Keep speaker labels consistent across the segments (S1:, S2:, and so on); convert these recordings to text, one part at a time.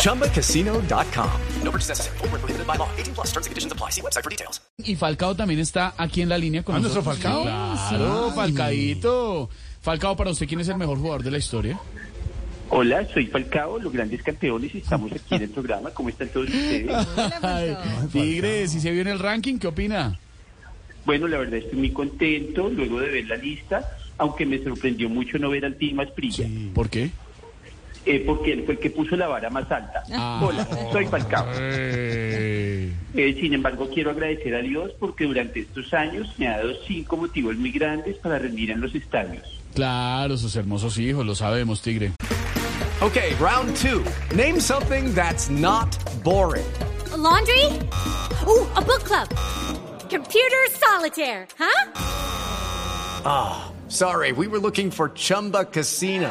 S1: ChumbaCasino.com. No purchase necessary. Void where prohibited by law. 18 plus terms and conditions apply. See website for details.
S2: Y Falcao también está aquí en la línea con
S3: ¿Ah, nuestro
S2: nosotros.
S3: Falcao?
S2: Claro, Falcaíto. Falcao, para usted, ¿quién es el mejor jugador de la historia?
S4: Hola, soy Falcao, los grandes campeones, y estamos aquí en el programa. ¿Cómo están todos ustedes?
S2: Ay, Tigre, si se vio en el ranking, ¿qué opina?
S4: Bueno, la verdad estoy muy contento luego de ver la lista, aunque me sorprendió mucho no ver al Team Asprilla,
S2: ¿Por qué?
S4: eh, porque él fue el que puso la vara más alta. Hola, soy Falcao. Eh, sin embargo, quiero agradecer a Dios porque durante estos años me ha dado cinco motivos muy grandes para rendir en los estadios.
S2: Claro, sus hermosos hijos, lo sabemos, Tigre.
S1: Okay, round two. Name something that's not boring.
S5: A laundry? Ooh, a book club. Computer solitaire, huh?
S1: Sorry, we were looking for Chumba Casino.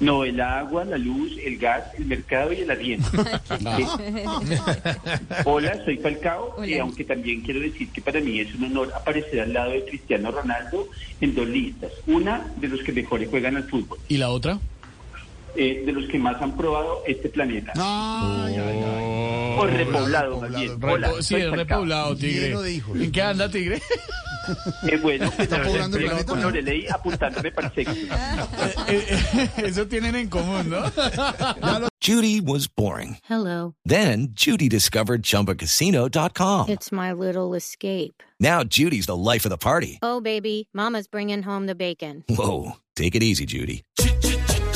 S4: No, el agua, la luz, el gas, el mercado y el arriendo. Hola, soy Falcao,
S6: Hola.
S4: y aunque también quiero decir que para mí es un honor aparecer al lado de Cristiano Ronaldo en dos listas. Una, de los que mejores juegan al fútbol,
S2: ¿Y la otra?
S4: eh, de los que más han probado este planeta.
S3: Ay, ay, ay.
S4: o repoblado, más bien.
S3: repoblado.
S4: Hola,
S2: Oh. Repo- sí,
S4: soy
S2: es
S4: Falcao.
S2: repoblado, Tigre.
S3: Lleno de hijos.
S2: ¿En qué anda, Tigre?
S4: Eh, bueno, pues la verdad
S3: poblando
S4: estoy
S3: el planeta,
S4: con
S3: ¿no?
S4: Lorelei apuntándome para el sexo.
S3: Eh,
S2: Eso tienen en común, ¿no?
S7: Judy was boring.
S8: Hello,
S7: Then Judy discovered ChumbaCasino.com.
S8: it's my little escape.
S7: Now Judy's the life of the party.
S8: Oh, baby, Mama's bringing home the bacon.
S7: Whoa, take it easy, Judy.